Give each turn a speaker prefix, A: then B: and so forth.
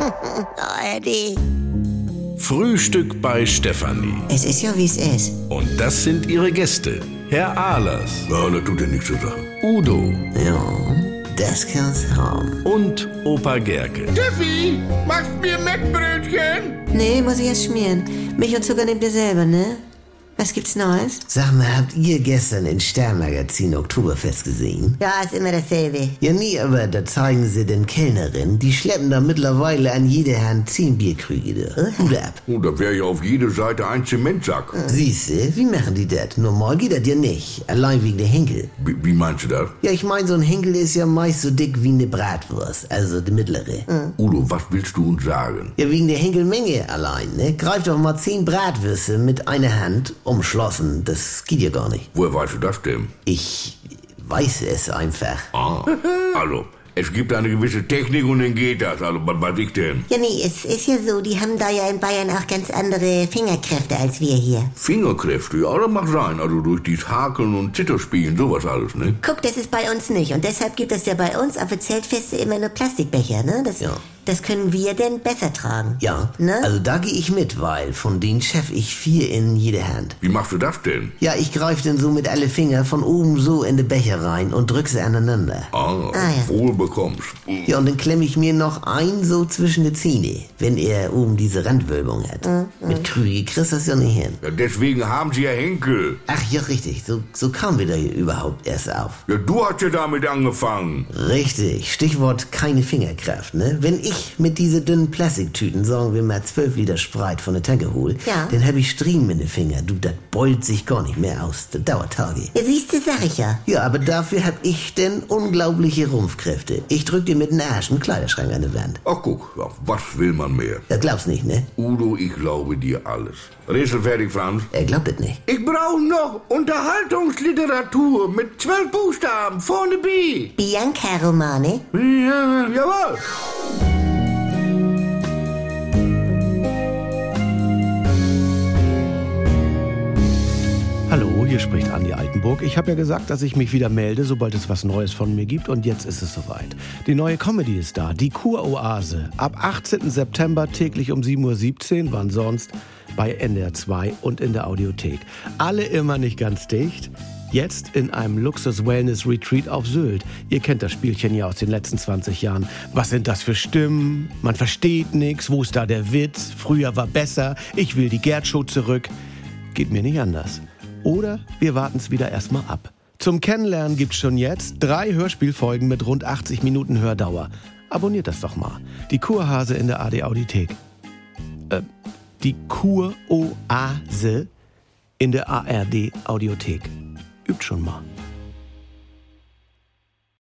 A: Oh, Eddie.
B: Frühstück bei Stefanie.
A: Es ist ja, wie es ist.
B: Und das sind ihre Gäste. Herr Ahlers. Ja, das tut ja nichts zu sagen. Udo
A: Ja, das kann's haben.
B: und Opa Gerke.
C: Steffi, machst du mir Mettbrötchen?
A: Nee, muss ich jetzt schmieren. Milch und Zucker nehmt ihr selber, ne? Was gibt's Neues?
D: Sag mal, habt ihr gestern in Sternmagazin Oktoberfest gesehen?
A: Ja, ist immer dasselbe.
D: Ja, nee, aber da zeigen sie den Kellnerinnen, die schleppen da mittlerweile an jeder Hand zehn Bierkrüge. da. Äh, Hut ab.
C: Oh, da wäre ja auf jeder Seite ein Zementsack.
D: Siehste, wie machen die das? Normal geht das ja nicht. Allein wegen der Henkel.
C: Wie, wie meinst du das?
D: Ja, ich meine, so ein Henkel ist ja meist so dick wie eine Bratwurst, also die mittlere.
C: Udo, was willst du uns sagen?
D: Ja, wegen der Henkelmenge allein, ne? Greif doch mal zehn Bratwürste mit einer Hand umschlossen. Das geht ja gar nicht.
C: Woher weißt du das denn?
D: Ich weiß es einfach.
C: Ah, also, es gibt eine gewisse Technik und dann geht das. Also, was weiß ich denn?
A: Ja, nee, es ist ja so, die haben da ja in Bayern auch ganz andere Fingerkräfte als wir hier.
C: Fingerkräfte, ja, das mag sein. Also durch dieses Hakeln und Zitterspielen, sowas alles, ne?
A: Guck, das ist bei uns nicht. Und deshalb gibt es ja bei uns auf den Zeltfeste immer nur Plastikbecher, ne? Das,
D: Ja.
A: das können wir denn besser tragen.
D: Ja,
A: Ne?
D: also da gehe ich mit, weil von denen chef ich vier in jede Hand.
C: Wie machst du das denn?
D: Ja, ich greife dann so mit alle Finger von oben so in den Becher rein und drück sie aneinander.
C: Ah,
A: ja.
C: wohl bekommst.
D: Ja, und dann klemme ich mir noch ein so zwischen die Zähne, wenn er oben diese Randwölbung hat. Mit Krüge kriegst du das ja nicht hin.
C: Ja, deswegen haben sie ja Henkel.
D: Ach ja, richtig, so, so kamen wir da hier überhaupt erst auf.
C: Ja, du hast ja damit angefangen.
D: Richtig, Stichwort keine Fingerkraft, ne? Wenn ich mit diese dünnen Plastiktüten, sagen wir mal, 12 Liter Spreit von der Tanke hol,
A: Ja.
D: dann hab ich Striemen in den Finger. Du, das beult sich gar nicht mehr aus. Das dauert Tage.
A: Ja, siehst du, sag ich ja.
D: Ja, aber dafür hab ich denn unglaubliche Rumpfkräfte. Ich drück dir mit dem Arsch einen Kleiderschrank an die Wand.
C: Ach guck, ja, was will man mehr?
D: Er glaubst nicht, ne?
C: Udo, ich glaube dir alles. Rätsel fertig, Franz.
D: Er glaubt es nicht.
C: Ich brauche noch Unterhaltungsliteratur mit zwölf Buchstaben vorne B.
A: Bianca Romane?
C: Ja, jawohl.
E: Hallo, hier spricht Andi Altenburg. Ich habe ja gesagt, dass ich mich wieder melde, sobald es was Neues von mir gibt. Und jetzt ist es soweit. Die neue Comedy ist da, die Kuroase. Ab 18. September täglich um 7.17 Uhr, wann sonst, bei NDR 2 und in der Audiothek. Alle immer nicht ganz dicht. Jetzt in einem Luxus-Wellness-Retreat auf Sylt. Ihr kennt das Spielchen ja aus den letzten 20 Jahren. Was sind das für Stimmen? Man versteht nichts. Wo ist da der Witz? Früher war besser. Ich will die Gerd-Show zurück. Geht mir nicht anders. Oder wir warten es wieder erstmal ab. Zum Kennenlernen gibt's schon jetzt drei Hörspielfolgen mit rund 80 Minuten Hördauer. Abonniert das doch mal. Die Kurhase in der AD Audiothek. Äh, die Kuroase in der ARD Audiothek. Übt schon mal.